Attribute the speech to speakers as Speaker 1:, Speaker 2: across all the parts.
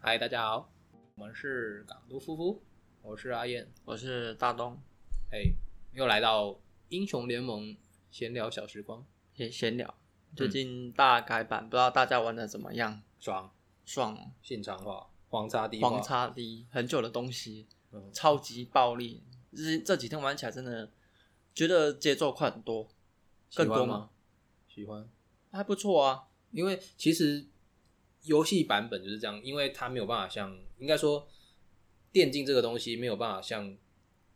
Speaker 1: 嗨，大家好，我们是港都夫妇，我是阿燕，
Speaker 2: 我是大东，
Speaker 1: 哎、又来到英雄联盟闲聊小时光，
Speaker 2: 也闲聊。
Speaker 1: 嗯
Speaker 2: 最近大改版，不知道大家玩的怎么样？
Speaker 1: 爽，
Speaker 2: 爽哦，
Speaker 1: 信长化，黄沙地化
Speaker 2: 黄，叉 D 很久的东西，
Speaker 1: 嗯，
Speaker 2: 超级暴力。这这几天玩起来真的觉得节奏快很多，
Speaker 1: 喜
Speaker 2: 更多
Speaker 1: 欢
Speaker 2: 吗
Speaker 1: 吗？？喜欢，
Speaker 2: 还不错啊。
Speaker 1: 因为其实游戏版本就是这样，因为它没有办法像，应该说电竞这个东西没有办法像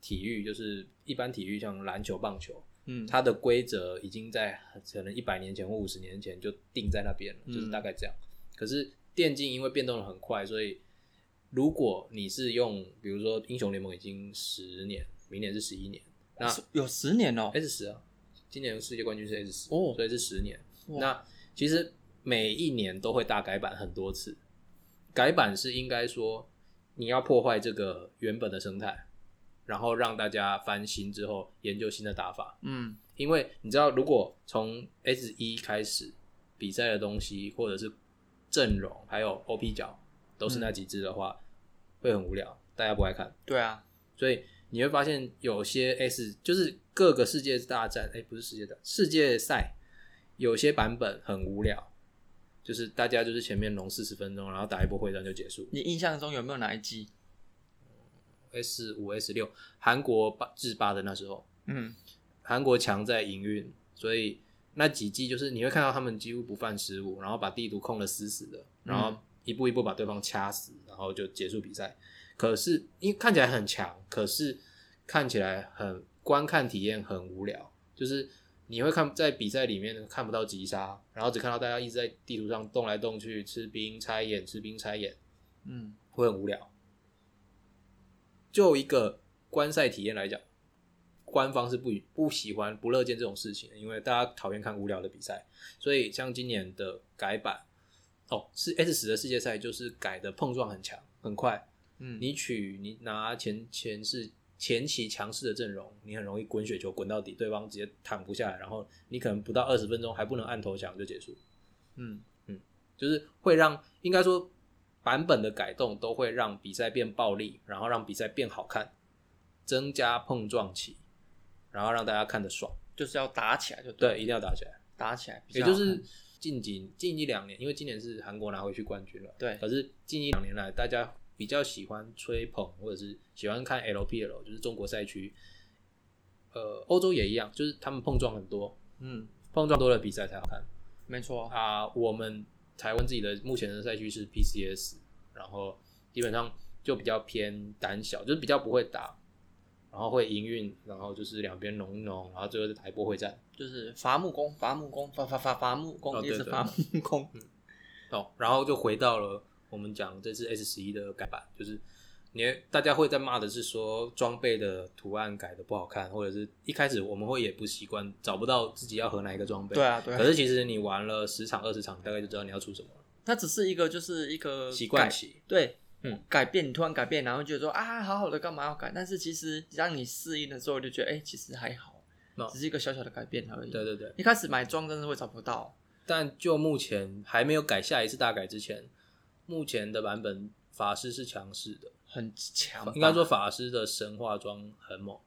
Speaker 1: 体育，就是一般体育像篮球、棒球，
Speaker 2: 嗯，
Speaker 1: 它的规则已经在可能一百年前或五十年前就定在那边了，
Speaker 2: 嗯
Speaker 1: 就是大概这样。可是电竞因为变动的很快，所以如果你是用，比如说英雄联盟已经十年，明年是十一年，那
Speaker 2: 是有十年哦，
Speaker 1: S 十啊，今年世界冠军是 S 十
Speaker 2: 哦
Speaker 1: 所以是十年。
Speaker 2: 哇
Speaker 1: 那其实每一年都会大改版很多次，改版是应该说你要破坏这个原本的生态，然后让大家翻新之后研究新的打法，
Speaker 2: 嗯
Speaker 1: 因为你知道，如果从 S 一开始比赛的东西，或者是阵容，还有 OP 角都是那几支的话，会很无聊，大家不爱看。
Speaker 2: 对啊，
Speaker 1: 所以你会发现有些 S 就是各个世界大战，哎、不是世界大世界赛，有些版本很无聊，就是大家就是前面弄四十分钟，然后打一波会战就结束。
Speaker 2: 你印象中有没有哪一季？
Speaker 1: S 五 S 六，韩国八制霸的那时候，
Speaker 2: 嗯，
Speaker 1: 韩国强在营运，所以那几季就是你会看到他们几乎不犯失误，然后把地图控得死死的，然后一步一步把对方掐死，然后就结束比赛。可是因为看起来很强，可是看起来很观看体验很无聊，就是你会看在比赛里面看不到急杀，然后只看到大家一直在地图上动来动去，吃兵拆眼，吃兵拆眼，
Speaker 2: 嗯，
Speaker 1: 会很无聊。就一个观赛体验来讲，官方是不予不喜欢、不乐见这种事情的，因为大家讨厌看无聊的比赛。所以像今年的改版，哦，是 S 十的世界赛，就是改的碰撞很强、很快。
Speaker 2: 嗯，
Speaker 1: 你取你拿前前是前期强势的阵容，你很容易滚雪球滚到底，对方直接躺不下来，然后你可能不到二十分钟还不能按投降就结束。
Speaker 2: 嗯
Speaker 1: 就是会让应该说版本的改动都会让比赛变暴力，然后让比赛变好看，增加碰撞期，然后让大家看得爽。
Speaker 2: 就是要打起来就
Speaker 1: 对，一定要打起来。
Speaker 2: 打起来比较
Speaker 1: 也
Speaker 2: 好
Speaker 1: 就
Speaker 2: 看，
Speaker 1: 是近几近一两年，因为今年是韩国拿回去冠军了，
Speaker 2: 对
Speaker 1: 可是近一两年来，大家比较喜欢吹捧，或者是喜欢看 LPL，就是中国赛区。呃，欧洲也一样，就是他们碰撞很多，
Speaker 2: 嗯，
Speaker 1: 碰撞多了比赛才好看。
Speaker 2: 没错，
Speaker 1: 啊、我们台湾自己的目前的赛区是 PCS，然后基本上就比较偏胆小，就是比较不会打，然后会营运，然后就是两边弄一弄，然后最后再打一波会战
Speaker 2: 就是伐木工，伐木工，伐伐伐伐木
Speaker 1: 哦
Speaker 2: 工，
Speaker 1: 对
Speaker 2: 一直
Speaker 1: 对
Speaker 2: 伐木工，
Speaker 1: 哦，然后就回到了我们讲这次 S 十一的改版，就是你大家会在骂的是说装备的图案改的不好看，或者是一开始我们会也不习惯，找不到自己要合哪一个装备，
Speaker 2: 对啊，对啊
Speaker 1: 可。是其实你玩了十场二十场，大概就知道你要出什么了，
Speaker 2: 它只是一个就是一个
Speaker 1: 习惯
Speaker 2: 改
Speaker 1: 起，
Speaker 2: 对，
Speaker 1: 嗯
Speaker 2: 嗯，改变你突然改变，然后就说啊，好好的干嘛要改？但是其实让你适应了之后，就觉得哎、其实还好
Speaker 1: 哦，
Speaker 2: 只是一个小小的改变而已。
Speaker 1: 对对对。
Speaker 2: 一开始买装真的会找不到，
Speaker 1: 但就目前还没有改下一次大改之前，目前的版本法师是强势的，
Speaker 2: 很强吧，
Speaker 1: 应该说哦法师的神话装很猛，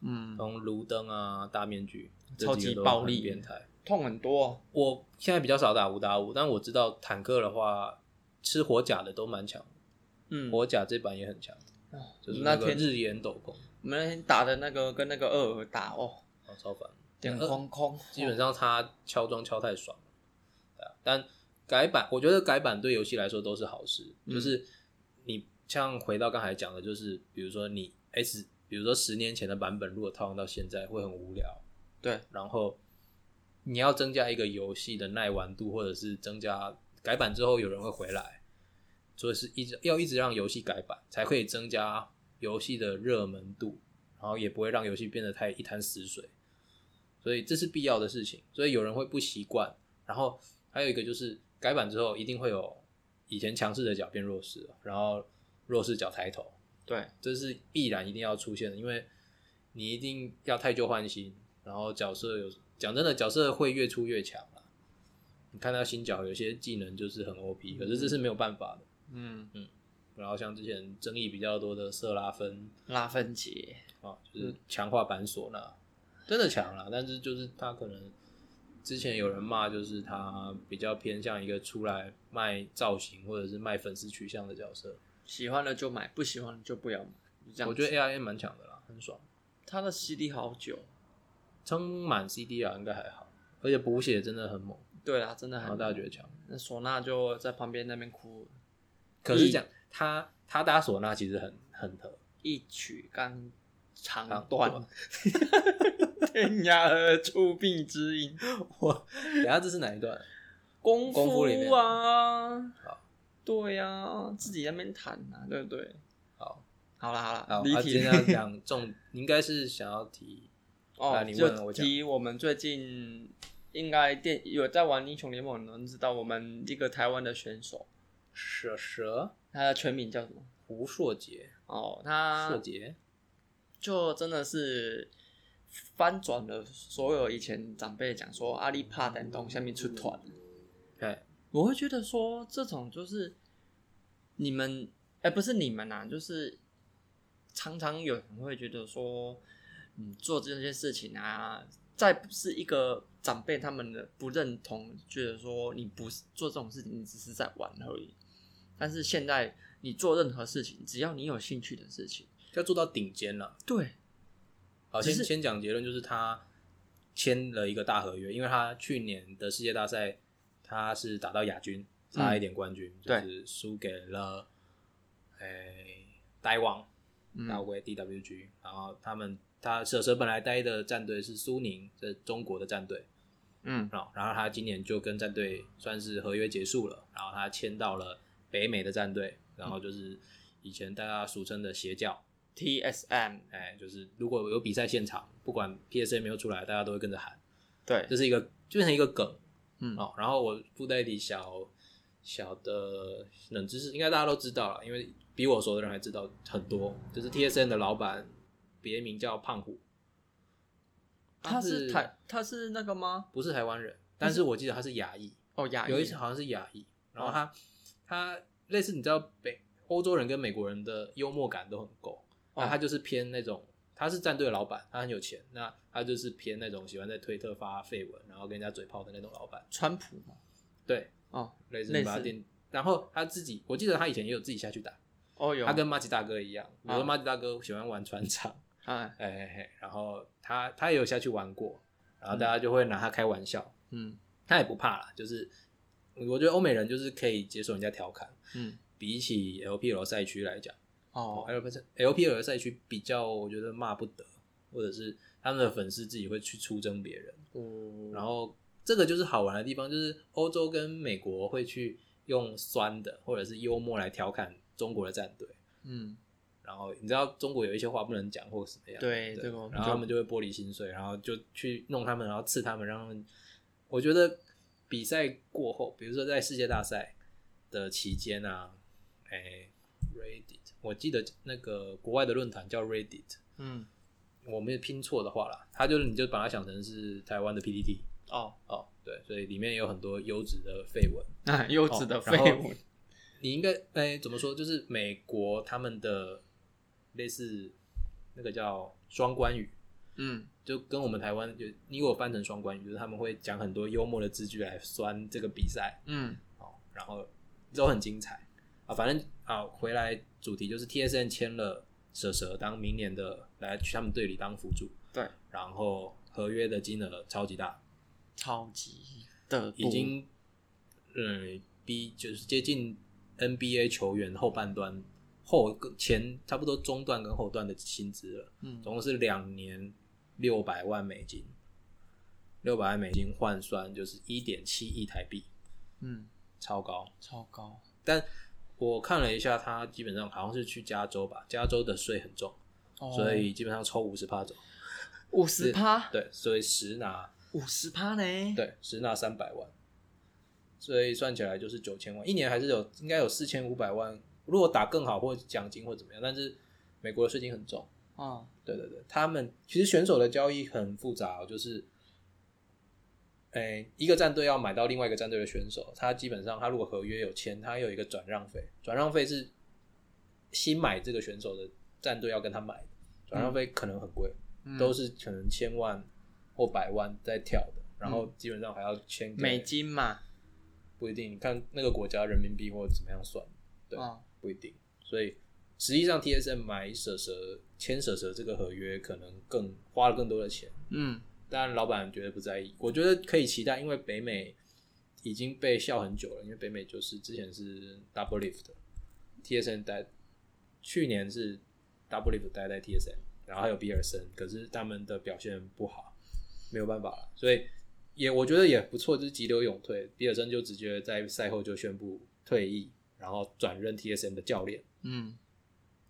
Speaker 2: 嗯，
Speaker 1: 从卢登啊、大面具，
Speaker 2: 超级暴力
Speaker 1: 这几个都很变态。
Speaker 2: 痛很多。
Speaker 1: 我现在比较少打五打五，但我知道坦克的话，吃火甲的都蛮强，
Speaker 2: 嗯，我
Speaker 1: 火甲这版也很强，就是
Speaker 2: 那
Speaker 1: 个
Speaker 2: 天
Speaker 1: 日眼斗篷，
Speaker 2: 我们那天打的那个跟那个二尔打哦，
Speaker 1: 啊，超烦。
Speaker 2: 点空空，哦
Speaker 1: 基本上他敲装敲太爽了，对啊。但改版，我觉得改版对游戏来说都是好事，
Speaker 2: 嗯
Speaker 1: 就是你像回到刚才讲的，就是比如说你 S，比如说十年前的版本，如果套用到现在会很无聊，
Speaker 2: 对，
Speaker 1: 然后你要增加一个游戏的耐玩度，或者是增加改版之后有人会回来，所以是一直要一直让游戏改版，才可以增加游戏的热门度，然后也不会让游戏变得太一潭死水。所以这是必要的事情，所以有人会不习惯。然后还有一个就是改版之后，一定会有以前强势的角变弱势了，然后弱势角抬头，
Speaker 2: 对，
Speaker 1: 这是必然一定要出现的，因为你一定要太旧换新，然后角色有讲真的，角色会越出越强啦。你看到新角有些技能就是很 OP，可是这是没有办法的。
Speaker 2: 嗯
Speaker 1: 嗯
Speaker 2: 嗯，
Speaker 1: 然后像之前争议比较多的色拉芬
Speaker 2: 拉芬奇，
Speaker 1: 啊，
Speaker 2: 嗯
Speaker 1: 就是强化版索纳，真的强了，但是就是他可能之前有人骂，就是他比较偏向一个出来卖造型或者是卖粉丝取向的角色。
Speaker 2: 喜欢了就买，不喜欢就不要买，就这样子。
Speaker 1: 我觉得 A I N 蛮强的啦，很爽，
Speaker 2: 他的 CD 好久，
Speaker 1: 撑满 C D 啊应该还好，而且补血真的很猛，
Speaker 2: 对啦，真的
Speaker 1: 然后
Speaker 2: 很。
Speaker 1: 大家觉得强。
Speaker 2: 那唢呐就在旁边那边哭，
Speaker 1: 可
Speaker 2: 嗯
Speaker 1: 是讲他他搭唢呐其实很很合，
Speaker 2: 一曲刚
Speaker 1: 长
Speaker 2: 长
Speaker 1: 短
Speaker 2: 短， 天涯何处觅知音？
Speaker 1: 我等一下这是哪一段？
Speaker 2: 功
Speaker 1: 功夫里面
Speaker 2: 夫啊
Speaker 1: 好，
Speaker 2: 对呀、自己在那边弹啊，对不对？
Speaker 1: 好，
Speaker 2: 好啦好啦，
Speaker 1: 好，
Speaker 2: 离
Speaker 1: 他今
Speaker 2: 题
Speaker 1: 天要讲重， 你应该是想要提
Speaker 2: 哦
Speaker 1: 来，你问
Speaker 2: 就
Speaker 1: 我讲
Speaker 2: 提我们最近应该电有在玩英雄联盟的人知道，我们一个台湾的选手，
Speaker 1: 蛇蛇
Speaker 2: 他的全名叫什么？
Speaker 1: 胡硕杰，
Speaker 2: 哦，
Speaker 1: 硕
Speaker 2: 他
Speaker 1: 杰，
Speaker 2: 就真的是翻转了所有以前长辈讲说阿里帕丹东下面出团，
Speaker 1: 哎，
Speaker 2: 我会觉得说这种就是你们，哎、不是你们啊，就是常常有人会觉得说，嗯，做这些事情啊，再不是一个长辈他们的不认同，觉得说你不是做这种事情，你只是在玩而已。但是现在你做任何事情，只要你有兴趣的事情，
Speaker 1: 要做到顶尖了。
Speaker 2: 对，
Speaker 1: 好，先
Speaker 2: 只是
Speaker 1: 先讲结论，就是他签了一个大合约，因为他去年的世界大赛他是打到亚军，差一点冠军，
Speaker 2: 对
Speaker 1: 就是输给了诶呆王
Speaker 2: 嗯
Speaker 1: 大龟 DWG，、然后他们他蛇蛇本来待的战队是苏宁，这中国的战队，
Speaker 2: 嗯，
Speaker 1: 然后然后他今年就跟战队算是合约结束了，然后他签到了北美的战队，然后就是以前大家俗称的邪教。
Speaker 2: TSM，
Speaker 1: 哎，就是如果有比赛现场，不管 PSA 没有出来，大家都会跟着喊，
Speaker 2: 对
Speaker 1: 这，是一个就变成一个梗
Speaker 2: 嗯，
Speaker 1: 哦。然后我附带一点小小的冷知识，应该大家都知道了，因为比我熟的人还知道很多。就是 TSN 的老板别名叫胖虎，
Speaker 2: 他是
Speaker 1: 是
Speaker 2: 台，他是那个吗？
Speaker 1: 不是台湾人，但是我记得他是亚裔，
Speaker 2: 哦，亚裔哦
Speaker 1: 有一次好像是亚裔，然后他、他类似你知道北欧洲人跟美国人的幽默感都很够，
Speaker 2: 哦
Speaker 1: 啊那他就是偏那种，他是战队的老板，他很有钱，那他就是偏那种喜欢在推特发绯闻，然后跟人家嘴炮的那种老板，
Speaker 2: 川普嘛，
Speaker 1: 对，
Speaker 2: 哦
Speaker 1: 类似
Speaker 2: 类
Speaker 1: 马
Speaker 2: 似
Speaker 1: 丁。然后他自己，我记得他以前也有自己下去打，
Speaker 2: 哦有，
Speaker 1: 他跟马吉大哥一样，我说
Speaker 2: 啊
Speaker 1: 马吉大哥喜欢玩船长，
Speaker 2: 哎
Speaker 1: 哎、嘿嘿然后他他也有下去玩过，然后大家就会拿他开玩笑，
Speaker 2: 嗯
Speaker 1: 他也不怕啦，就是我觉得欧美人就是可以接受人家调侃，
Speaker 2: 嗯
Speaker 1: 比起 LPL 赛区来讲，
Speaker 2: 哦
Speaker 1: l p LPL 赛区比较我觉得骂不得，或者是他们的粉丝自己会去出征别人，
Speaker 2: 哦
Speaker 1: 然后这个就是好玩的地方，就是欧洲跟美国会去用酸的或者是幽默来调侃中国的战队。
Speaker 2: 嗯
Speaker 1: 然后你知道中国有一些话不能讲或什么样，
Speaker 2: 对
Speaker 1: 对
Speaker 2: 这个我们
Speaker 1: 然后
Speaker 2: 就
Speaker 1: 他们就会玻璃心碎，然后就去弄他们，然后刺他们，让他们。我觉得比赛过后，比如说在世界大赛的期间啊，哎，Reddit，我记得那个国外的论坛叫 Reddit，
Speaker 2: 嗯
Speaker 1: 我没有拼错的话啦，它就是你就把它想成是台湾的 PTT
Speaker 2: 哦，
Speaker 1: 哦，对，所以里面有很多优质的绯闻。
Speaker 2: 那优质的废
Speaker 1: 哦然后
Speaker 2: 物，
Speaker 1: 你应该哎、怎么说？就是美国他们的类似那个叫双关语，
Speaker 2: 嗯
Speaker 1: 就跟我们台湾有，你给我翻成双关语，就是他们会讲很多幽默的字句来酸这个比赛
Speaker 2: 嗯
Speaker 1: 哦，然后都很精彩啊。反正啊，回来主题就是 TSN 签了蛇蛇当明年的来去他们队里当辅助，
Speaker 2: 对，
Speaker 1: 然后合约的金额超级大，
Speaker 2: 超级的
Speaker 1: 已经嗯逼就是接近 NBA 球员后半段后前差不多中段跟后段的薪资了，
Speaker 2: 嗯
Speaker 1: 总共是两年六百万美金，六百万美金换算就是一点七亿台币，
Speaker 2: 嗯
Speaker 1: 超高。
Speaker 2: 超高，
Speaker 1: 但我看了一下，他基本上好像是去加州吧，加州的税很重，
Speaker 2: 哦
Speaker 1: 所以基本上抽五十趴走。
Speaker 2: 五十趴
Speaker 1: 对，所以十拿
Speaker 2: 五十趴呢，
Speaker 1: 对，实拿三百万，所以算起来就是九千万，一年还是有应该有四千五百万。如果打更好或奖金或怎么样，但是美国的税金很重。
Speaker 2: 哦
Speaker 1: 对对对，他们其实选手的交易很复杂、哦，就是，哎、一个战队要买到另外一个战队的选手，他基本上他如果合约有签，他有一个转让费，转让费是新买这个选手的战队要跟他买，转让费可能很贵，
Speaker 2: 嗯
Speaker 1: 都是可能千万或百万在跳的，然后基本上还要签给
Speaker 2: 嗯美金嘛，
Speaker 1: 不一定，你看那个国家人民币或怎么样算，对
Speaker 2: 哦，
Speaker 1: 不一定。所以实际上 TSM 买舍舍签舍舍这个合约，可能更花了更多的钱，
Speaker 2: 嗯
Speaker 1: 当然老板绝对不在意。我觉得可以期待，因为北美已经被笑很久了，因为北美就是之前是 Double Lift，TSM 待去年是 Double Lift 待在 TSM，然后还有比尔森，可是他们的表现不好，没有办法了，所以也我觉得也不错，就是急流勇退，比尔森就直接在赛后就宣布退役，然后转任 TSM 的教练。
Speaker 2: 嗯，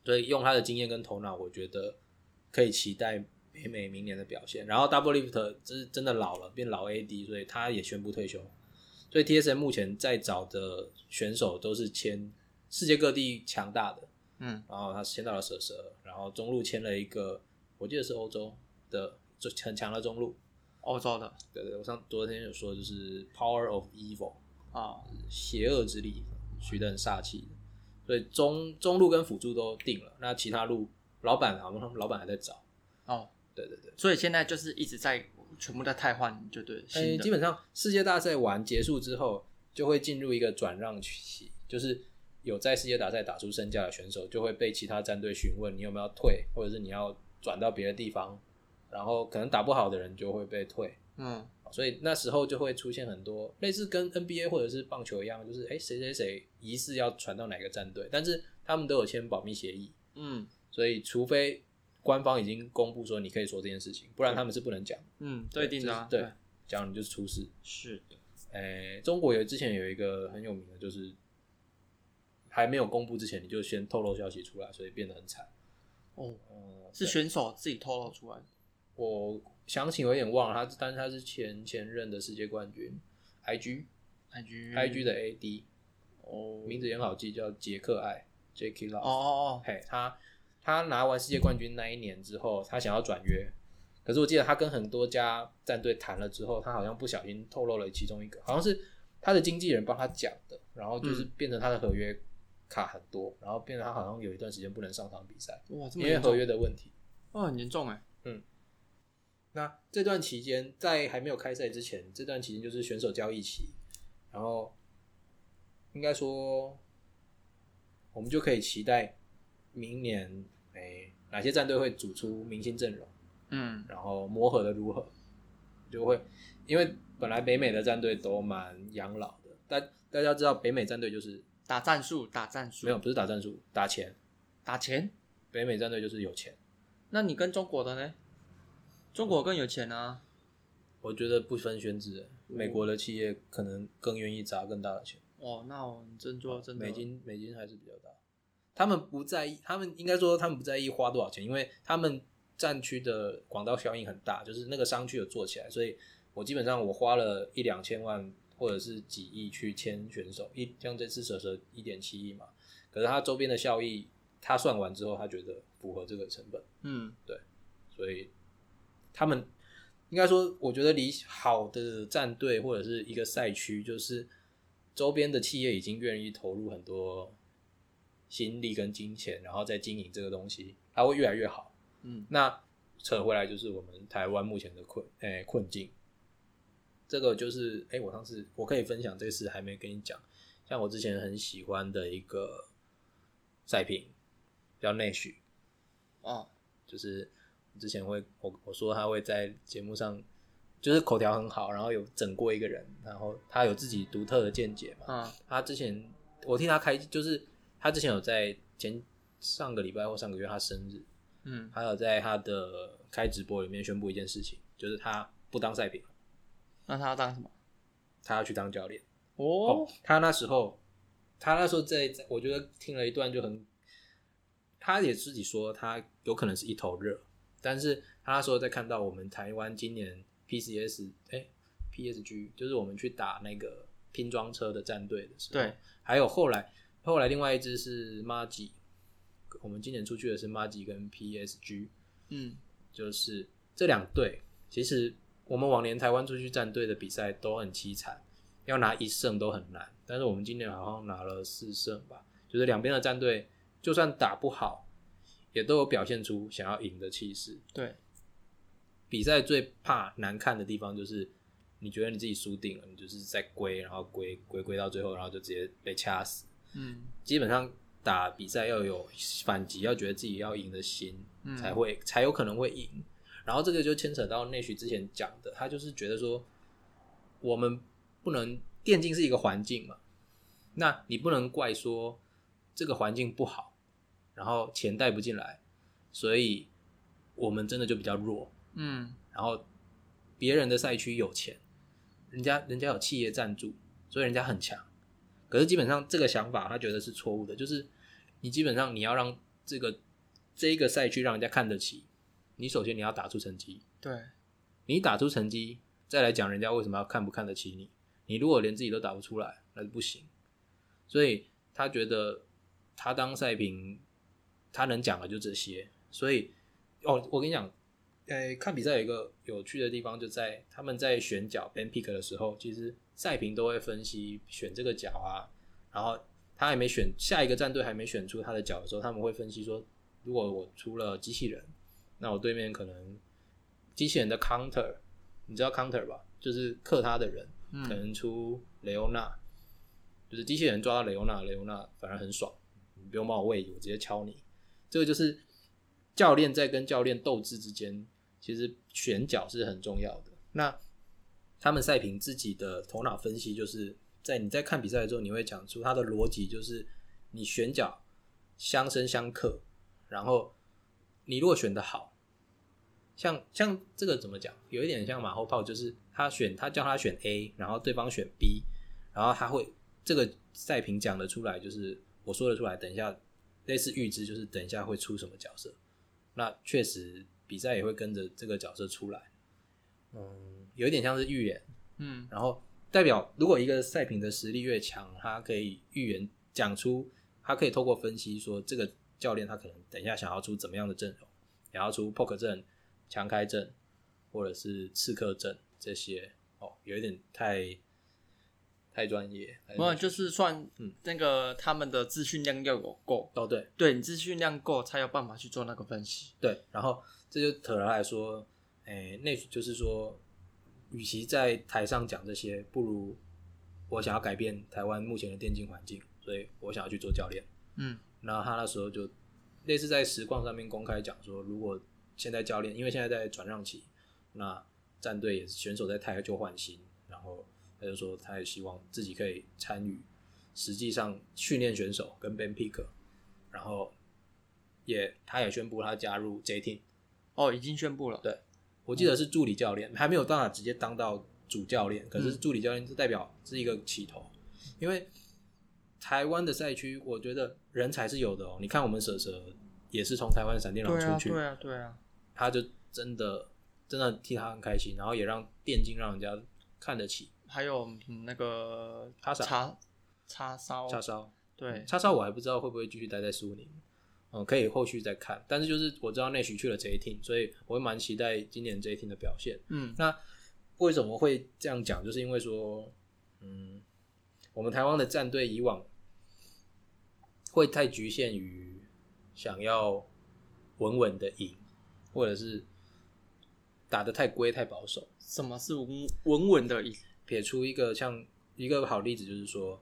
Speaker 1: 所以用他的经验跟头脑，我觉得可以期待北美明年的表现。然后 Double Lift 是真的老了，变老 AD，所以他也宣布退休。所以 TSM 目前在找的选手都是签世界各地强大的，
Speaker 2: 嗯，
Speaker 1: 然后他签到了蛇蛇，然后中路签了一个，我记得是欧洲的就很强的中路。
Speaker 2: 欧洲的
Speaker 1: 对对，我上昨天有说就是 Power of Evil，
Speaker 2: 哦，
Speaker 1: 邪恶之力，取得很煞气的。所以中中路跟辅助都定了，那其他路老板好像他们老板还在找。
Speaker 2: 哦，
Speaker 1: 对对对，
Speaker 2: 所以现在就是一直在全部在汰换，就对，
Speaker 1: 哎、
Speaker 2: 新
Speaker 1: 基
Speaker 2: 的，
Speaker 1: 本上世界大赛完结束之后，就会进入一个转让期，就是有在世界大赛打出身价的选手，就会被其他战队询问你有没有退，或者是你要转到别的地方，然后可能打不好的人就会被退。
Speaker 2: 嗯
Speaker 1: 所以那时候就会出现很多类似跟 NBA 或者是棒球一样，就是哎谁谁谁疑似要传到哪个战队，但是他们都有签保密协议，
Speaker 2: 嗯
Speaker 1: 所以除非官方已经公布说你可以说这件事情，不然他们是不能讲，
Speaker 2: 嗯，对定的啊，
Speaker 1: 就是对，讲你就是出事。
Speaker 2: 是的，
Speaker 1: 哎，中国有之前有一个很有名的，就是还没有公布之前你就先透露消息出来，所以变得很惨。
Speaker 2: 哦，
Speaker 1: 嗯，
Speaker 2: 是选手自己透露出来的，
Speaker 1: 我详情我有点忘了，他但是他是前前任的世界冠军，IG
Speaker 2: IG
Speaker 1: IG 的 AD。
Speaker 2: 哦，
Speaker 1: 名字也很好记，叫杰克艾 （J.K. Love）。
Speaker 2: 哦哦哦，
Speaker 1: 嘿，他他拿完世界冠军那一年之后，他想要转约，可是我记得他跟很多家战队谈了之后，他好像不小心透露了其中一个，好像是他的经纪人帮他讲的，然后
Speaker 2: 嗯
Speaker 1: 就是变成他的合约卡很多，然后变成他好像有一段时间不能上场比赛，
Speaker 2: 哇，这
Speaker 1: 因
Speaker 2: 么
Speaker 1: 为
Speaker 2: 严
Speaker 1: 合
Speaker 2: 重，
Speaker 1: 约的问题。
Speaker 2: 哇，很严重哎，
Speaker 1: 那这段期间，在还没有开赛之前，这段期间就是选手交易期，然后应该说，我们就可以期待明年，哎、哪些战队会组出明星阵容，
Speaker 2: 嗯
Speaker 1: 然后磨合的如何，就会因为本来北美的战队都蛮养老的，大大家知道北美战队就是，
Speaker 2: 打战术，打战术，
Speaker 1: 没有不是打战术，打钱，
Speaker 2: 打钱。
Speaker 1: 北美战队就是有钱，
Speaker 2: 那你跟中国的呢？中国更有钱啊，
Speaker 1: 我觉得不分轩制，美国的企业可能更愿意砸更大的钱。
Speaker 2: 哦，那我们真做真的
Speaker 1: 啊
Speaker 2: 啊
Speaker 1: 美金美金还是比较大。他们不在意，他们应该说他们不在意花多少钱，因为他们战区的广告效应很大，就是那个商区有做起来，所以我基本上我花了一两千万或者是几亿去签选手，一像这次蛇蛇一点七亿嘛，可是他周边的效益，他算完之后他觉得符合这个成本，
Speaker 2: 嗯
Speaker 1: 所以他们应该说，我觉得离好的战队或者是一个赛区，就是周边的企业已经愿意投入很多心力跟金钱，然后再经营这个东西，它会越来越好。
Speaker 2: 嗯，
Speaker 1: 那扯回来就是我们台湾目前的困诶、困境，这个就是诶、我上次我可以分享这次还没跟你讲，像我之前很喜欢的一个赛评叫内许，
Speaker 2: 哦，
Speaker 1: 就是之前会我我说他会在节目上，就是口条很好，然后有整过一个人，然后他有自己独特的见解嘛。
Speaker 2: 嗯
Speaker 1: 他之前我替他开，就是他之前有在前上个礼拜或上个月他生日，
Speaker 2: 嗯
Speaker 1: 他有在他的开直播里面宣布一件事情，就是他不当赛评了，
Speaker 2: 那他要当什么？
Speaker 1: 他要去当教练。
Speaker 2: 哦
Speaker 1: 哦，，他那时候，他那时候在，在我觉得听了一段就很，他也自己说他有可能是一头热，但是他那时候在看到我们台湾今年 PCS 哎、PSG 就是我们去打那个拼装车的战队的时候，
Speaker 2: 对，
Speaker 1: 还有后来后来另外一支是 Maggi，我们今年出去的是 Maggi 跟 PSG，
Speaker 2: 嗯
Speaker 1: 就是这两队，其实我们往年台湾出去战队的比赛都很凄惨，要拿一胜都很难。但是我们今年好像拿了四胜吧，就是两边的战队就算打不好，也都有表现出想要赢的气势。
Speaker 2: 对，
Speaker 1: 比赛最怕难看的地方就是，你觉得你自己输定了，你就是在归，然后归归归到最后，然后就直接被掐死。
Speaker 2: 嗯
Speaker 1: 基本上打比赛要有反击，要觉得自己要赢的心，
Speaker 2: 嗯
Speaker 1: 才会才有可能会赢。然后这个就牵扯到内需之前讲的，他就是觉得说，我们不能电竞是一个环境嘛，那你不能怪说这个环境不好，然后钱带不进来，所以我们真的就比较弱。
Speaker 2: 嗯
Speaker 1: 然后别人的赛区有钱，人家人家有企业赞助，所以人家很强。可是基本上这个想法，他觉得是错误的，就是你基本上你要让这个这一个赛区让人家看得起，你首先你要打出成绩，
Speaker 2: 对，
Speaker 1: 你打出成绩再来讲人家为什么要看不看得起你。你如果连自己都打不出来，那就不行。所以他觉得他当赛评，他能讲的就这些。所以哦，我跟你讲，呃、看比赛有一个有趣的地方，就在他们在选角 ban pick 的时候，其实赛评都会分析选这个角啊，然后他还没选下一个战队还没选出他的角的时候，他们会分析说，如果我出了机器人，那我对面可能机器人的 counter，你知道 counter 吧？就是克他的人，
Speaker 2: 嗯
Speaker 1: 可能出雷欧娜，就是机器人抓到雷欧娜，雷欧娜反而很爽，你不用帮我喂，我直接敲你。这个就是教练在跟教练斗智之间，其实选角是很重要的。那他们赛评自己的头脑分析，就是在你在看比赛的时候，你会讲出他的逻辑，就是你选角相生相克，然后你如果选的好，像像这个怎么讲，有一点像马后炮，就是他选他叫他选 A，然后对方选 B，然后他会这个赛评讲得出来，就是我说得出来，等一下类似预知，就是等一下会出什么角色，那确实比赛也会跟着这个角色出来，嗯，有一点像是预言，
Speaker 2: 嗯
Speaker 1: 然后代表如果一个赛品的实力越强，他可以预言讲出，他可以透过分析说这个教练他可能等一下想要出怎么样的阵容，想要出 poker 阵、强开阵或者是刺客阵这些哦，有一点太太专业，还是
Speaker 2: 没有，就是算
Speaker 1: 嗯
Speaker 2: 那个他们的资讯量要有够，
Speaker 1: 哦对，
Speaker 2: 对你资讯量够，才有办法去做那个分析。
Speaker 1: 对，然后这就扯了来说，诶、那就是说，与其在台上讲这些，不如我想要改变台湾目前的电竞环境，所以我想要去做教练。
Speaker 2: 嗯
Speaker 1: 然后他那时候就类似在实况上面公开讲说，如果现在教练，因为现在在转让期，那战队也是选手在太就换新，然后他就说他也希望自己可以参与，实际上训练选手跟 Ben Pick，然后也他也宣布他加入 J Team，
Speaker 2: 哦，已经宣布了。
Speaker 1: 我
Speaker 2: 嗯
Speaker 1: 记得是助理教练，还没有办法直接当到主教练，可是
Speaker 2: 嗯
Speaker 1: 助理教练就代表是一个起头，因为台湾的赛区，我觉得人才是有的哦。你看我们蛇蛇也是从台湾闪电狼
Speaker 2: 对啊，
Speaker 1: 出去，
Speaker 2: 对啊，对啊。
Speaker 1: 他就真的真的替他很开心，然后也让电竞让人家看得起
Speaker 2: 还有嗯那个
Speaker 1: 叉烧
Speaker 2: 叉叉烧，
Speaker 1: 叉烧。
Speaker 2: 哦对，
Speaker 1: 叉烧我还不知道会不会继续待在苏宁，嗯，可以后续再看。但是就是我知道内许去了 J team，所以我会蛮期待今年 J team 的表现。
Speaker 2: 嗯
Speaker 1: 那为什么会这样讲？就是因为说，嗯，我们台湾的战队以往会太局限于想要稳稳的赢，或者是打得太龟太保守。
Speaker 2: 什么是稳稳稳的赢？
Speaker 1: 撇出一个像一个好例子，就是说，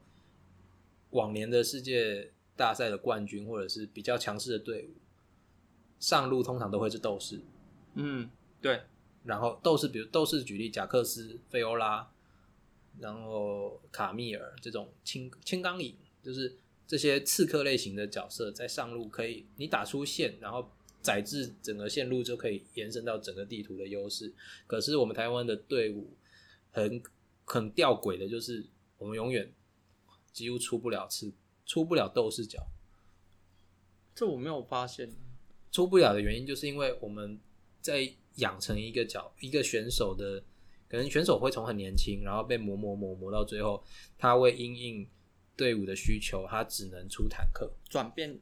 Speaker 1: 往年的世界大赛的冠军或者是比较强势的队伍，上路通常都会是斗士，
Speaker 2: 嗯，对，
Speaker 1: 然后斗士，比如斗士举例，贾克斯、费欧拉，然后卡密尔这种青青钢影，就是这些刺客类型的角色，在上路可以你打出线，然后载至整个线路就可以延伸到整个地图的优势。可是我们台湾的队伍很很吊诡的，就是我们永远几乎出不了刺，出不了斗士角。
Speaker 2: 这我没有发现。
Speaker 1: 出不了的原因，就是因为我们在养成一个角一个选手的，可能选手会从很年轻，然后被磨磨磨磨到最后，他会因应队伍的需求，他只能出坦克。
Speaker 2: 转变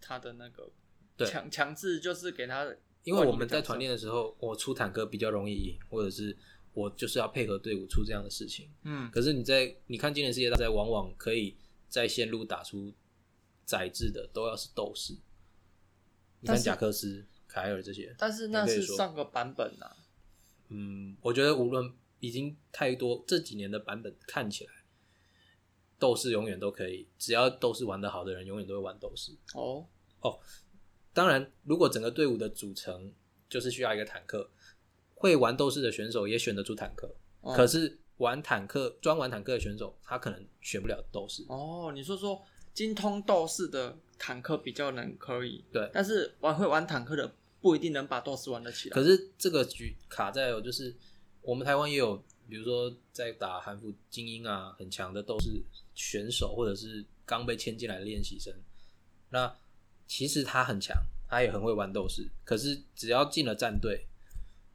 Speaker 2: 他的那个
Speaker 1: 对
Speaker 2: 强强制，就是给他，
Speaker 1: 因为我们在团练的时候，我出坦克比较容易赢，或者是我就是要配合队伍出这样的事情。
Speaker 2: 嗯，
Speaker 1: 可是你在你看今年世界大赛，往往可以在线路打出载制的都要是斗士。你
Speaker 2: 但
Speaker 1: 看
Speaker 2: 是
Speaker 1: 贾克斯、凯尔这些，
Speaker 2: 但是那
Speaker 1: 你可
Speaker 2: 是
Speaker 1: 以说
Speaker 2: 上个版本啊，
Speaker 1: 嗯，我觉得无论已经太多这几年的版本看起来，斗士永远都可以，只要斗士玩得好的人，永远都会玩斗士。
Speaker 2: 哦，
Speaker 1: 当然，如果整个队伍的组成就是需要一个坦克，会玩斗士的选手也选得出坦克，
Speaker 2: 嗯
Speaker 1: 可是玩坦克专玩坦克的选手，他可能选不了斗士。
Speaker 2: 哦，你说说精通斗士的坦克比较能可以，
Speaker 1: 对
Speaker 2: 但是玩会玩坦克的不一定能把斗士玩得起来。
Speaker 1: 可是这个局卡在有，就是我们台湾也有，比如说在打韩服精英啊，很强的斗士选手，或者是刚被签进来的练习生，那其实他很强，他也很会玩斗士，可是只要进了战队，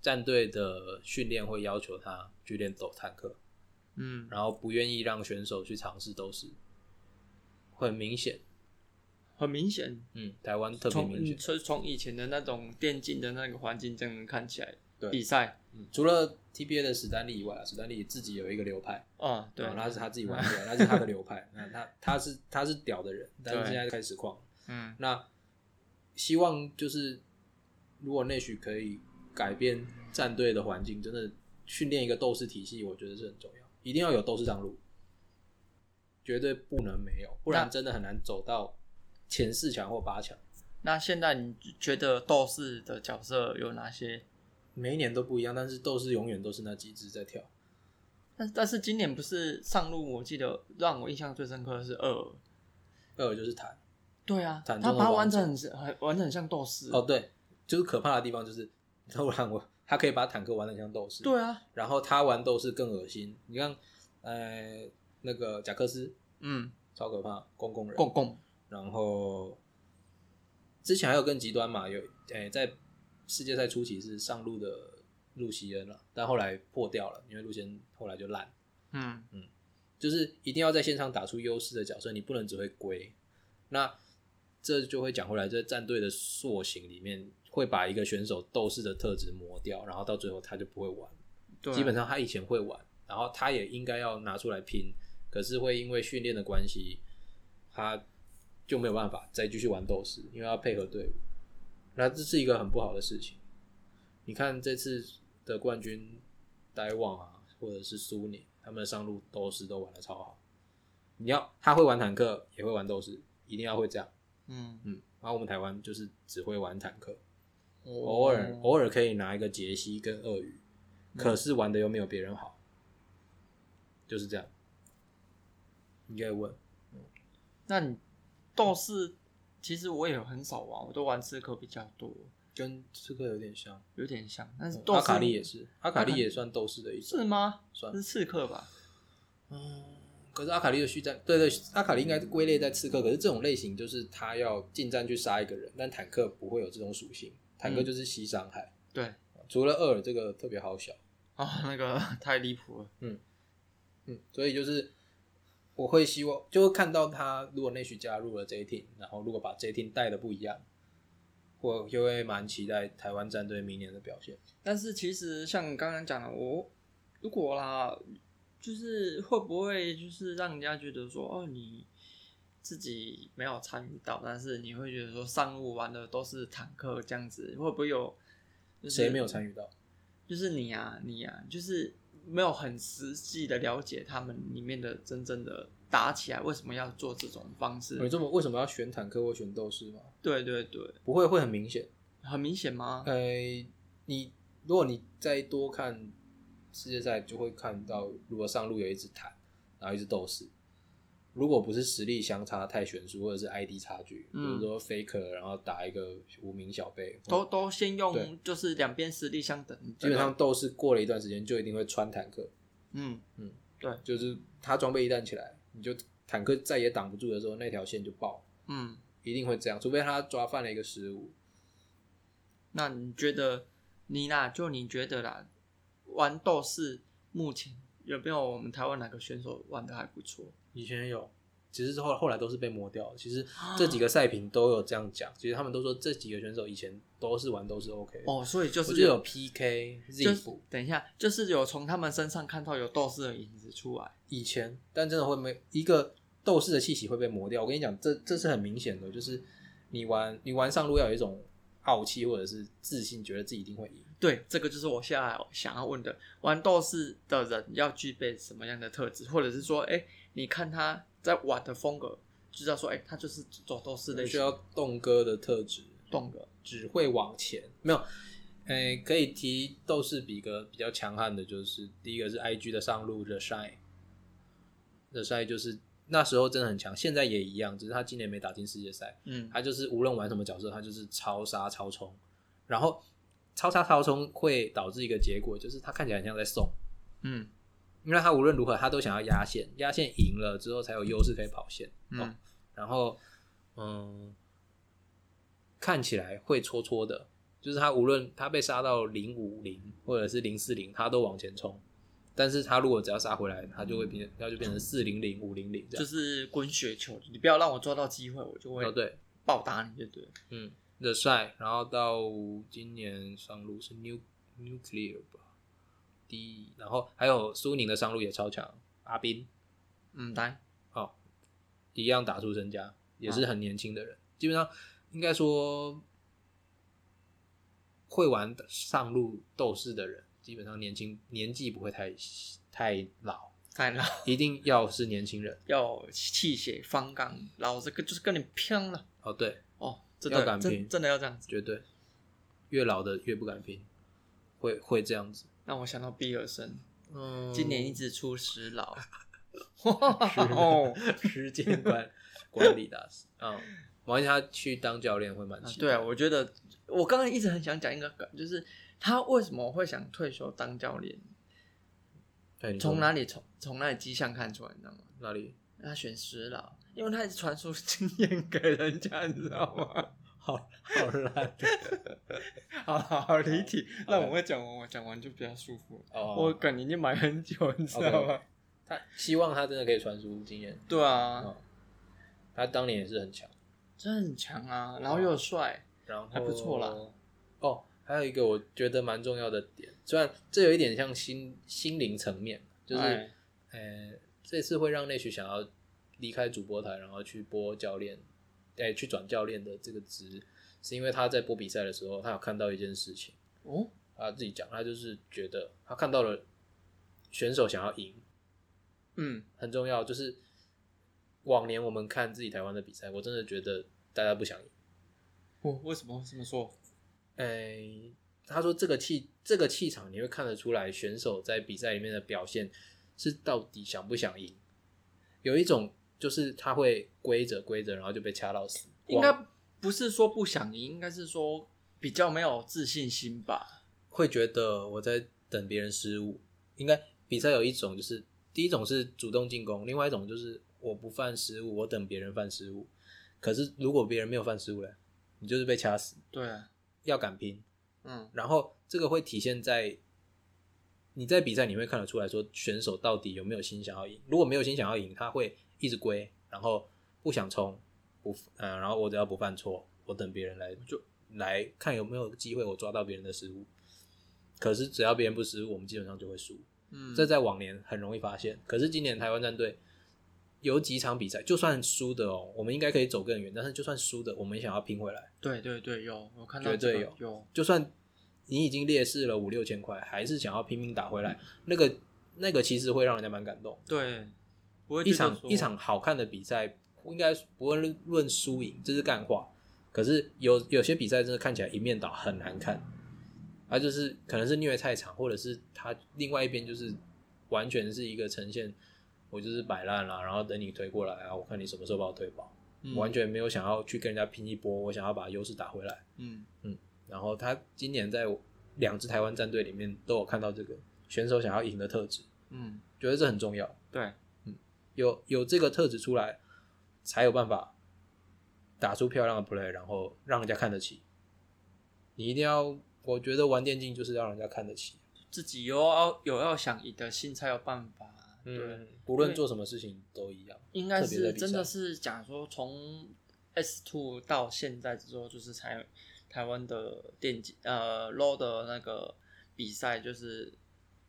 Speaker 1: 战队的训练会要求他去练斗坦克，
Speaker 2: 嗯，
Speaker 1: 然后不愿意让选手去尝试斗士，很明显，
Speaker 2: 很明显，
Speaker 1: 嗯，台湾特别
Speaker 2: 从
Speaker 1: 明
Speaker 2: 嗯
Speaker 1: 显。
Speaker 2: 从从以前的那种电竞的那个环境这样看起来，
Speaker 1: 对
Speaker 2: 比赛
Speaker 1: 嗯除了 TBA 的史丹利以外啊，史丹利自己有一个流派。
Speaker 2: 啊，对
Speaker 1: 对，，哦那是他自己玩的，那是他的流派， 那他他是他是屌的人，但是
Speaker 2: 对
Speaker 1: 现在开始况，
Speaker 2: 嗯，
Speaker 1: 那希望就是如果内许可以改变战队的环境，真的训练一个斗士体系，我觉得是很重要，一定要有斗士上路，绝对不能没有，不然
Speaker 2: 那
Speaker 1: 真的很难走到前四强或八强。
Speaker 2: 那现在你觉得斗士的角色有哪些？
Speaker 1: 每一年都不一样，但是斗士永远都是那几只在跳。
Speaker 2: 但但是今年不是上路，我记得让我印象最深刻的是二尔，
Speaker 1: 二就是弹，
Speaker 2: 对啊，他
Speaker 1: 坦
Speaker 2: 把
Speaker 1: 中的
Speaker 2: 它玩
Speaker 1: 王
Speaker 2: 成很很玩成很像斗士，
Speaker 1: 哦，对，就是可怕的地方就是 突然我他可以把坦克玩的像斗士，
Speaker 2: 对啊，
Speaker 1: 然后他玩斗士更恶心。你看，呃，那个贾克斯
Speaker 2: 嗯，
Speaker 1: 超可怕，公共人，
Speaker 2: 共共，
Speaker 1: 然后之前还有更极端嘛，有诶在世界赛初期是上路的路西恩了，但后来破掉了，因为路西恩后来就烂，
Speaker 2: 嗯，
Speaker 1: 就是一定要在线上打出优势的角色，你不能只会龟。那这就会讲回来，在战队的塑形里面，会把一个选手斗士的特质磨掉，然后到最后他就不会玩。
Speaker 2: 对啊，
Speaker 1: 基本上他以前会玩，然后他也应该要拿出来拼，可是会因为训练的关系，他就没有办法再继续玩斗士，因为要配合队伍，那这是一个很不好的事情。你看这次的冠军呆旺啊，或者是苏宁，他们的上路斗士都玩的超好。你要他会玩坦克，也会玩斗士，一定要会这样。
Speaker 2: 嗯，
Speaker 1: 嗯，然后我们台湾就是只会玩坦克，偶尔
Speaker 2: 哦
Speaker 1: 偶尔可以拿一个杰西跟鳄鱼，可是玩的又没有别人好，就是这样。你可以问，
Speaker 2: 那你斗士其实我也很少玩，我都玩刺客比较多，
Speaker 1: 跟刺客有点像，
Speaker 2: 有点像。但是斗
Speaker 1: 阿
Speaker 2: 士
Speaker 1: 卡丽也是，阿卡
Speaker 2: 哦阿卡
Speaker 1: 丽
Speaker 2: 丽
Speaker 1: 也算斗士的一种
Speaker 2: 是，吗？
Speaker 1: 算
Speaker 2: 是刺客吧？
Speaker 1: 嗯，可是阿卡丽的续战，对对，阿卡丽应该归类在刺客，可是这种类型就是他要近战去杀一个人，但坦克不会有这种属性，坦克
Speaker 2: 嗯
Speaker 1: 就是吸伤害，
Speaker 2: 对，
Speaker 1: 除了厄尔这个特别好小。
Speaker 2: 哦， 那个太离谱了。
Speaker 1: 嗯，所以就是我会希望，就会看到他如果内许加入了 J team，然后如果把 J team 带的不一样，我就会蛮期待台湾战队明年的表现。
Speaker 2: 但是其实像你刚刚讲的，我如果啦，就是会不会就是让人家觉得说，哦，你自己没有参与到，但是你会觉得说上路玩的都是坦克这样子，会不会有？就是
Speaker 1: 谁没有参与到？
Speaker 2: 就是你啊，你啊，就是没有很实际的了解他们里面的真正的打起来为什么要做这种方式。
Speaker 1: 你这么为什么要选坦克或选斗士吗？
Speaker 2: 对对对，
Speaker 1: 不会，会很明显。
Speaker 2: 很明显吗？
Speaker 1: 呃，你如果你再多看世界赛，就会看到，如果上路有一只坦，然后一只斗士，如果不是实力相差太悬殊，或者是 ID 差距，比
Speaker 2: 嗯
Speaker 1: 如说 Faker，然后打一个无名小辈，
Speaker 2: 都都先用
Speaker 1: 对
Speaker 2: 就是两边实力相等，
Speaker 1: 基本上斗士过了一段时间就一定会穿坦克，
Speaker 2: 嗯
Speaker 1: 嗯，
Speaker 2: 对，
Speaker 1: 就是他装备一旦起来，你就坦克再也挡不住的时候，那条线就爆，
Speaker 2: 嗯。
Speaker 1: 一定会这样，除非他抓犯了一个失误。
Speaker 2: 那你觉得你啦，就你觉得啦，玩斗士目前有没有我们台湾哪个选手玩的还不错？
Speaker 1: 以前有，其实后后来都是被磨掉的。其实
Speaker 2: 啊
Speaker 1: 这几个赛评都有这样讲，其实他们都说这几个选手以前都是玩都是 OK，
Speaker 2: 哦，所以就
Speaker 1: 我
Speaker 2: 是
Speaker 1: 记得有 PK
Speaker 2: 就
Speaker 1: Z
Speaker 2: 是
Speaker 1: 服
Speaker 2: 等一下，就是有从他们身上看到有斗士的影子出来。
Speaker 1: 以前，但真的会没一个斗士的气息会被磨掉。我跟你讲，这这是很明显的，就是你玩你玩上路要有一种傲气或者是自信，觉得自己一定会赢。
Speaker 2: 对，这个就是我现在想要问的，玩斗士的人要具备什么样的特质，或者是说，哎、你看他在玩的风格，就知道说，哎、他就是走斗士类
Speaker 1: 需
Speaker 2: 型，
Speaker 1: 要动哥的特质，
Speaker 2: 动的，
Speaker 1: 只会往前，没有。诶、可以提斗士比个比较强悍的，就是第一个是 IG 的上路热晒，热晒就是那时候真的很强，现在也一样，只是他今年没打进世界赛。
Speaker 2: 嗯，
Speaker 1: 他就是无论玩什么角色，他就是超杀超冲，然后超杀超冲会导致一个结果，就是他看起来很像在送，
Speaker 2: 嗯
Speaker 1: 因为他无论如何他都想要压线，压线赢了之后才有优势可以跑线。
Speaker 2: 嗯、
Speaker 1: 哦然后嗯，看起来会戳戳的，就是他无论他被杀到零五零或者是零四零，他都往前冲。但是他如果只要杀回来，他就会变，他就变成四零零、五零零这
Speaker 2: 就
Speaker 1: 样。
Speaker 2: 是滚雪球，你不要让我抓到机会，我就
Speaker 1: 哦，
Speaker 2: 会
Speaker 1: 对，
Speaker 2: 暴打你，就对了。
Speaker 1: 嗯，热帅，然后到今年上路是 New Nuclear 吧，第一，然后还有苏宁的上路也超强，阿斌
Speaker 2: 嗯，来，
Speaker 1: 哦，一样打出身家，也是很年轻的人，基本上应该说会玩上路斗士的人，基本上年轻年纪不会太太老，
Speaker 2: 太老，
Speaker 1: 一定要是年轻人
Speaker 2: 要气血方刚，老子跟就是跟你拼了。
Speaker 1: 哦，对，
Speaker 2: 哦，真
Speaker 1: 要
Speaker 2: 的
Speaker 1: 敢
Speaker 2: 真
Speaker 1: 拼
Speaker 2: 真的要这样子，
Speaker 1: 绝对，越老的越不敢拼，会会这样子。
Speaker 2: 让我想到毕尔森，
Speaker 1: 嗯，
Speaker 2: 今 年一直出十老。 哦，
Speaker 1: 时间管管理大师啊，王一他去当教练会蛮
Speaker 2: 啊
Speaker 1: 奇怪
Speaker 2: 对啊，我觉得我刚刚一直很想讲一个梗，就是他为什么会想退休当教练？
Speaker 1: 对，哎你说
Speaker 2: 从哪里从从哪里迹象看出来，你知道吗？
Speaker 1: 哪里？
Speaker 2: 他选十老，因为他一直传输 经验给人家，你知道吗？
Speaker 1: 好好烂
Speaker 2: 好好好，离题，那
Speaker 1: 好
Speaker 2: 我会讲完，我讲完就比较舒服。
Speaker 1: 哦，
Speaker 2: 我梗已经埋很久，你知道吗？
Speaker 1: 他希望他真的可以传输经验，
Speaker 2: 对啊
Speaker 1: 哦，他当年也是很强，
Speaker 2: 真的很强啊，然后又帅，
Speaker 1: 然后
Speaker 2: 还不错啦。
Speaker 1: 哦，还有一个我觉得蛮重要的点，虽然这有一点像心心灵层面，就是
Speaker 2: 哎
Speaker 1: 呃，这次会让内许想要离开主播台，然后去播教练，哎，去转教练的这个职，是因为他在播比赛的时候，他有看到一件事情。
Speaker 2: 哦，
Speaker 1: 他自己讲，他就是觉得他看到了选手想要赢
Speaker 2: 嗯，
Speaker 1: 很重要，就是往年我们看自己台湾的比赛，我真的觉得大家不想赢。
Speaker 2: 我为什么会这么说？
Speaker 1: 哎、他说这个气这个气场，你会看得出来选手在比赛里面的表现是到底想不想赢。有一种就是他会规着规着，然后就被掐到死。
Speaker 2: 应该
Speaker 1: 往
Speaker 2: 不是说不想赢，应该是说比较没有自信心吧。
Speaker 1: 会觉得我在等别人失误。应该比赛有一种就是第一种是主动进攻，另外一种就是我不犯失误，我等别人犯失误。可是如果别人没有犯失误嘞，你就是被掐死。
Speaker 2: 对啊，
Speaker 1: 要敢拼，
Speaker 2: 嗯，
Speaker 1: 然后这个会体现在你在比赛你会看得出来说选手到底有没有心想要赢。如果没有心想要赢，他会一直归，然后不想冲，不嗯、然后我只要不犯错，我等别人来就来看有没有机会我抓到别人的失误。可是只要别人不失误，我们基本上就会输。
Speaker 2: 嗯，
Speaker 1: 这在往年很容易发现。可是今年台湾战队有几场比赛，就算输的哦，我们应该可以走更远。但是就算输的，我们也想要拼回来。
Speaker 2: 对对对，有我看到
Speaker 1: 绝对
Speaker 2: 这个有，
Speaker 1: 就算你已经劣势了五六千块，还是想要拼命打回
Speaker 2: 嗯
Speaker 1: 来，那个那个其实会让人家蛮感动。
Speaker 2: 对，不会
Speaker 1: 一
Speaker 2: 觉得
Speaker 1: 场
Speaker 2: 说
Speaker 1: 一场好看的比赛，应该不论论输赢，这是干话。可是有有些比赛真的看起来一面倒很难看，啊，就是可能是虐菜场，或者是他另外一边就是完全是一个呈现，我就是摆烂啦，然后等你推过来啊，我看你什么时候把我推爆，
Speaker 2: 嗯
Speaker 1: 完全没有想要去跟人家拼一波，我想要把优势打回来。
Speaker 2: 嗯
Speaker 1: 然后他今年在两支台湾战队里面都有看到这个选手想要赢的特质，
Speaker 2: 嗯
Speaker 1: 觉得这很重要。
Speaker 2: 对，
Speaker 1: 有有这个特质出来，才有办法打出漂亮的 play，然后让人家看得起。你一定要，我觉得玩电竞就是要让人家看得起。
Speaker 2: 自己有要有要想赢的心才有办法。对，
Speaker 1: 嗯，不论做什么事情都一样。
Speaker 2: 应该
Speaker 1: 特别在比
Speaker 2: 是
Speaker 1: 赛
Speaker 2: 真的是讲说从 S two 到现在之后，就是才台湾的电竞呃 low 的那个比赛，就是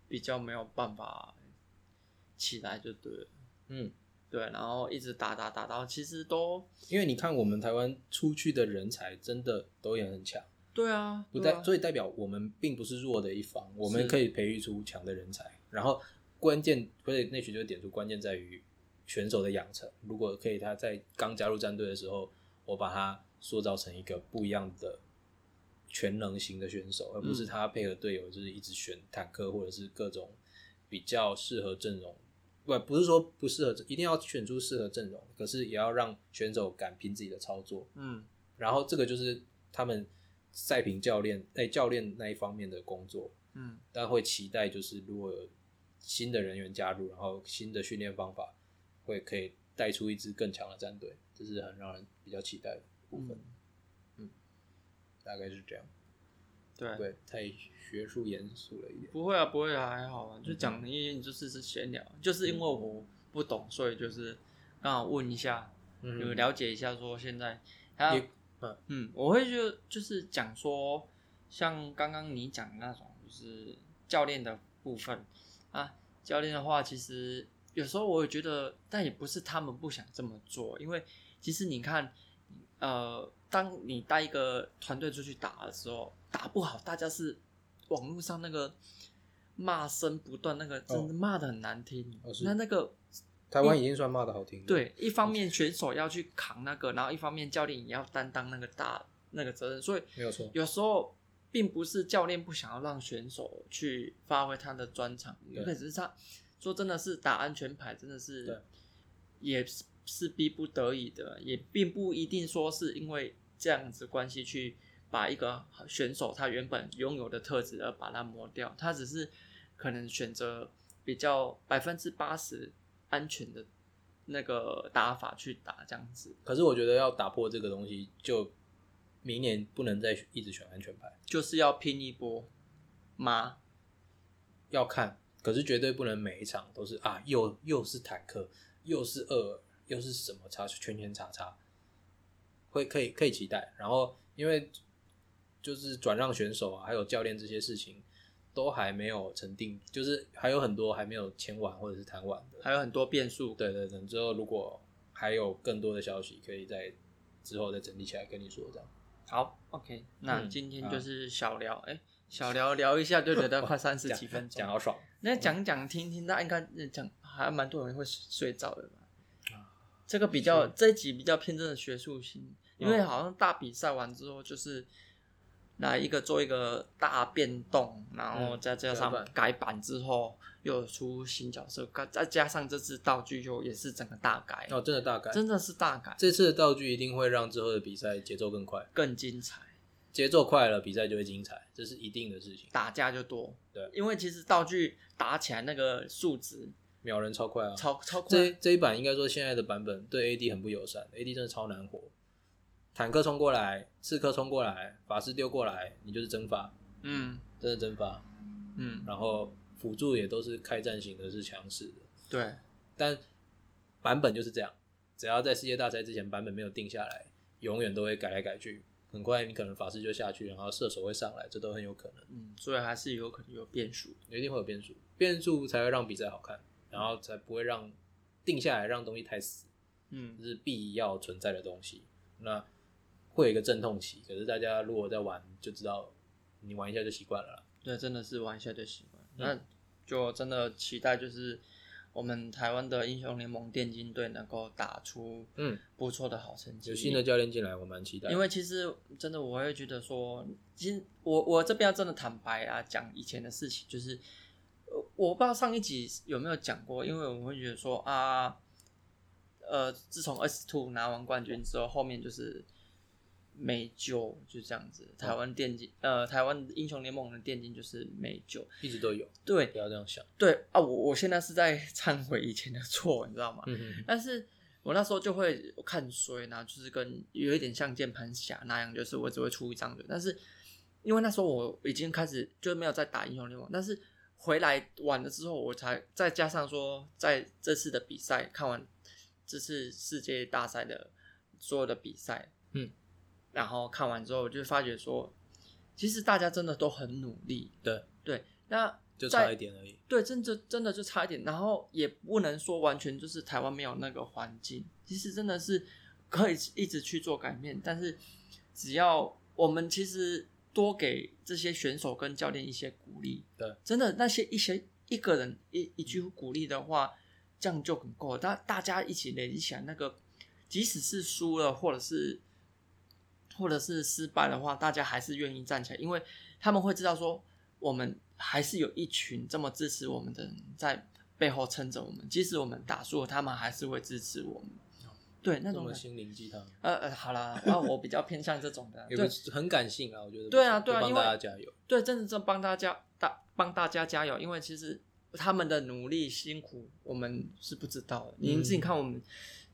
Speaker 2: 比较没有办法起来，就对了。
Speaker 1: 嗯，
Speaker 2: 对，然后一直打打打到其实都
Speaker 1: 因为你看我们台湾出去的人才真的都也很强，
Speaker 2: 对啊，
Speaker 1: 不
Speaker 2: 对
Speaker 1: 代、
Speaker 2: 啊，
Speaker 1: 所以代表我们并不是弱的一方，我
Speaker 2: 是
Speaker 1: 们可以培育出强的人才。然后关键，所以那局就点出关键在于选手的养成。如果可以，他在刚加入战队的时候，我把他塑造成一个不一样的全能型的选手，而
Speaker 2: 嗯
Speaker 1: 不是他配合队友就是一直选坦克或者是各种比较适合阵容。不，不是说不适合，一定要选出适合阵容，可是也要让选手敢凭自己的操作，
Speaker 2: 嗯，
Speaker 1: 然后这个就是他们赛评教练哎教练那一方面的工作，
Speaker 2: 嗯，
Speaker 1: 但会期待就是如果有新的人员加入，然后新的训练方法会可以带出一支更强的战队，这是很让人比较期待的部分。
Speaker 2: 嗯
Speaker 1: 大概是这样，
Speaker 2: 对，
Speaker 1: 对，太学术严肃了一点。
Speaker 2: 不会啊，不会啊，还好啊，就讲一些就是是闲聊，就是因为我不懂，所以就是刚好问一下，有了解一下说现在还
Speaker 1: 嗯
Speaker 2: 有
Speaker 1: 也嗯
Speaker 2: 嗯，我会就就是讲说，像刚刚你讲的那种就是教练的部分啊，教练的话其实有时候我也觉得，但也不是他们不想这么做，因为其实你看，呃，当你带一个团队出去打的时候，打不好，大家是网络上那个骂声不断，那个真的骂的很难听。
Speaker 1: 哦哦是
Speaker 2: 那那个
Speaker 1: 台湾已经算骂的好听的，，
Speaker 2: 对，一方面选手要去扛那个，然后一方面教练也要担当那个大那个责任，所以
Speaker 1: 没有错。
Speaker 2: 有时候并不是教练不想要让选手去发挥他的专长，
Speaker 1: 对
Speaker 2: 有可能是他说真的是打安全牌，真的
Speaker 1: 对
Speaker 2: 是也是是逼不得已的，也并不一定说是因为这样子关系去把一个选手他原本拥有的特质而把它磨掉，他只是可能选择比较百分之八十安全的那个打法去打这样子，
Speaker 1: 可是我觉得要打破这个东西，就明年不能再一直选安全牌。
Speaker 2: 就是要拼一波吗？
Speaker 1: 要看，可是绝对不能每一场都是啊，又又是坦克，又是厄尔，又是什么叉圈圈叉叉，会可以可以期待。然后因为就是转让选手啊，还有教练这些事情都还没有成定，就是还有很多还没有签完或者是谈完的。
Speaker 2: 还有很多变数。
Speaker 1: 对对对，之后如果还有更多的消息，可以在之后再整理起来跟你说。这样，
Speaker 2: 好，OK，那
Speaker 1: 嗯
Speaker 2: 今天
Speaker 1: 好
Speaker 2: 就是小聊，哎、小聊聊一下就聊到快三十几分
Speaker 1: 讲嗯
Speaker 2: 钟。
Speaker 1: 好爽。
Speaker 2: 那讲讲听听，那应该讲还蛮多人会睡着的吧
Speaker 1: 啊？
Speaker 2: 这个比较这一集比较偏真的学术性，因为
Speaker 1: 嗯
Speaker 2: 好像大比赛完之后就是来一个做一个大变动，然后
Speaker 1: 嗯
Speaker 2: 再加
Speaker 1: 改
Speaker 2: 上
Speaker 1: 版
Speaker 2: 改版之后又出新角色，再加上这次道具又也是整个大改，
Speaker 1: 哦，真的大概
Speaker 2: 哎真的是大改，
Speaker 1: 这次的道具一定会让之后的比赛节奏更快。
Speaker 2: 更精彩。
Speaker 1: 节奏快了，比赛就会精彩，这是一定的事情。
Speaker 2: 打架就多。
Speaker 1: 对
Speaker 2: 因为其实道具打起来那个数值
Speaker 1: 秒人超快啊！
Speaker 2: 超超快
Speaker 1: 这，这一版应该说现在的版本对 AD 很不友善，AD 真的超难活。坦克冲过来，刺客冲过来，法师丢过来，你就是蒸发，
Speaker 2: 嗯
Speaker 1: 真的蒸发。
Speaker 2: 嗯，
Speaker 1: 然后辅助也都是开战型的，是强势的。
Speaker 2: 对，
Speaker 1: 但版本就是这样，只要在世界大赛之前版本没有定下来，永远都会改来改去。很快你可能法师就下去，然后射手会上来，这都很有可能。
Speaker 2: 嗯，所以还是有可能有变数。
Speaker 1: 一定会有变数，变数才会让比赛好看，然后才不会让定下来让东西太死，
Speaker 2: 嗯
Speaker 1: 这是必要存在的东西。那会有一个阵痛期，可是大家如果在玩，就知道你玩一下就习惯了啦。
Speaker 2: 对，真的是玩一下就习惯。
Speaker 1: 嗯
Speaker 2: 那就真的期待就是我们台湾的英雄联盟电竞队能够打出
Speaker 1: 嗯，
Speaker 2: 不错的好成绩。
Speaker 1: 有新的教练进来，我蛮期待。
Speaker 2: 因为其实真的，我会觉得说，其实我我这边要真的坦白啊，讲以前的事情，就是呃我不知道上一集有没有讲过，因为我会觉得说啊，呃，自从 S Two 拿完冠军之后，后面就是没救，就这样子。台湾电竞，呃，台湾英雄联盟的电竞就是没救。
Speaker 1: 一直都有，
Speaker 2: 对
Speaker 1: 不要这样想。
Speaker 2: 对啊，我我现在是在忏悔以前的错，你知道吗？
Speaker 1: 嗯哼，
Speaker 2: 但是我那时候就会看衰，然后就是跟有一点像键盘侠那样，就是我只会出一张嘴。但是因为那时候我已经开始就没有在打英雄联盟，但是回来晚了之后，我才再加上说，在这次的比赛看完这次世界大赛的所有的比赛，
Speaker 1: 嗯，
Speaker 2: 然后看完之后，我就发觉说，其实大家真的都很努力，
Speaker 1: 对
Speaker 2: 对，那
Speaker 1: 就差一点而已。
Speaker 2: 对，真的真的就差一点，然后也不能说完全就是台湾没有那个环境，其实真的是可以一直去做改变，但是只要我们其实多给这些选手跟教练一些鼓励，
Speaker 1: 对，
Speaker 2: 真的那些一些一个人一一句鼓励的话，这样就很够了。大大家一起累积起来，那个即使是输了或者是或者是失败的话，大家还是愿意站起来，因为他们会知道说我们还是有一群这么支持我们的人在背后撑着我们，即使我们打输了，他们还是会支持我们。对，那
Speaker 1: 那
Speaker 2: 种
Speaker 1: 么
Speaker 2: 感
Speaker 1: 心灵鸡汤，
Speaker 2: 呃呃，好啦，那我比较偏向这种的，
Speaker 1: 也
Speaker 2: 对
Speaker 1: 不是很感性啊，我觉得不错。
Speaker 2: 对啊对啊
Speaker 1: 就帮
Speaker 2: 因为
Speaker 1: 大家加油。
Speaker 2: 对，真的正帮大家大帮大家加油，因为其实他们的努力辛苦，我们是不知道的。
Speaker 1: 嗯
Speaker 2: 你自己看我们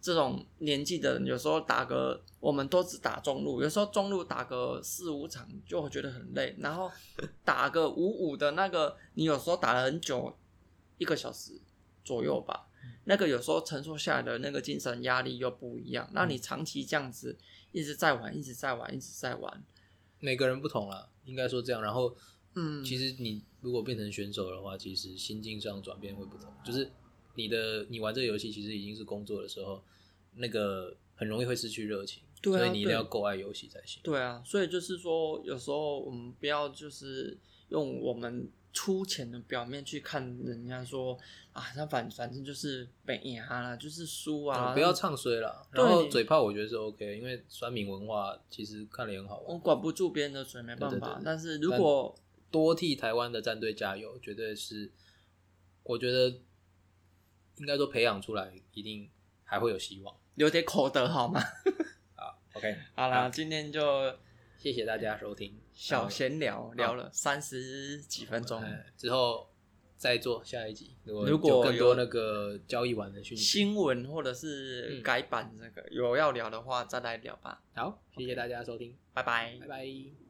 Speaker 2: 这种年纪的人，有时候打个我们都只打中路，有时候中路打个四五场就会觉得很累，然 后打个五五的那个，你有时候打了很久，一个小时左右吧。
Speaker 1: 嗯
Speaker 2: 那个有时候承受下来的那个精神压力又不一样，
Speaker 1: 嗯
Speaker 2: 那你长期这样子一直在玩，一直在玩，一直在玩，
Speaker 1: 每个人不同啦，应该说这样。然后，
Speaker 2: 嗯，
Speaker 1: 其实你如果变成选手的话，其实心境上转变会不同。就是你的你玩这个游戏，其实已经是工作的时候，那个很容易会失去热情，
Speaker 2: 对啊
Speaker 1: 所以你一定
Speaker 2: 对
Speaker 1: 要够爱游戏才行。
Speaker 2: 对啊，所以就是说，有时候我们不要就是用我们粗浅的表面去看人家说啊，那反反正就是被赢啦，就是输啊、
Speaker 1: 嗯不要唱衰啦。
Speaker 2: 对
Speaker 1: 然后嘴炮我觉得是 OK，因为酸民文化其实看了也很好
Speaker 2: 我
Speaker 1: 玩。
Speaker 2: 管不住别人的嘴，没办法。
Speaker 1: 对对对
Speaker 2: 但哦是如果
Speaker 1: 多替台湾的战队加油，绝对是我觉得应该说培养出来，一定还会有希望。
Speaker 2: 有点口德好吗？
Speaker 1: OK，
Speaker 2: 好啦，今天就
Speaker 1: 谢谢大家收听
Speaker 2: 小
Speaker 1: 贤
Speaker 2: 闲聊聊了三十几分钟，
Speaker 1: 哎之后再做下一集。如果
Speaker 2: 如果
Speaker 1: 有更
Speaker 2: 有
Speaker 1: 多那个交易完的讯息，
Speaker 2: 新闻或者是
Speaker 1: 嗯
Speaker 2: 改版这个有要聊的话，再来聊吧。
Speaker 1: 好，谢谢大家收听，
Speaker 2: 拜拜
Speaker 1: 拜拜。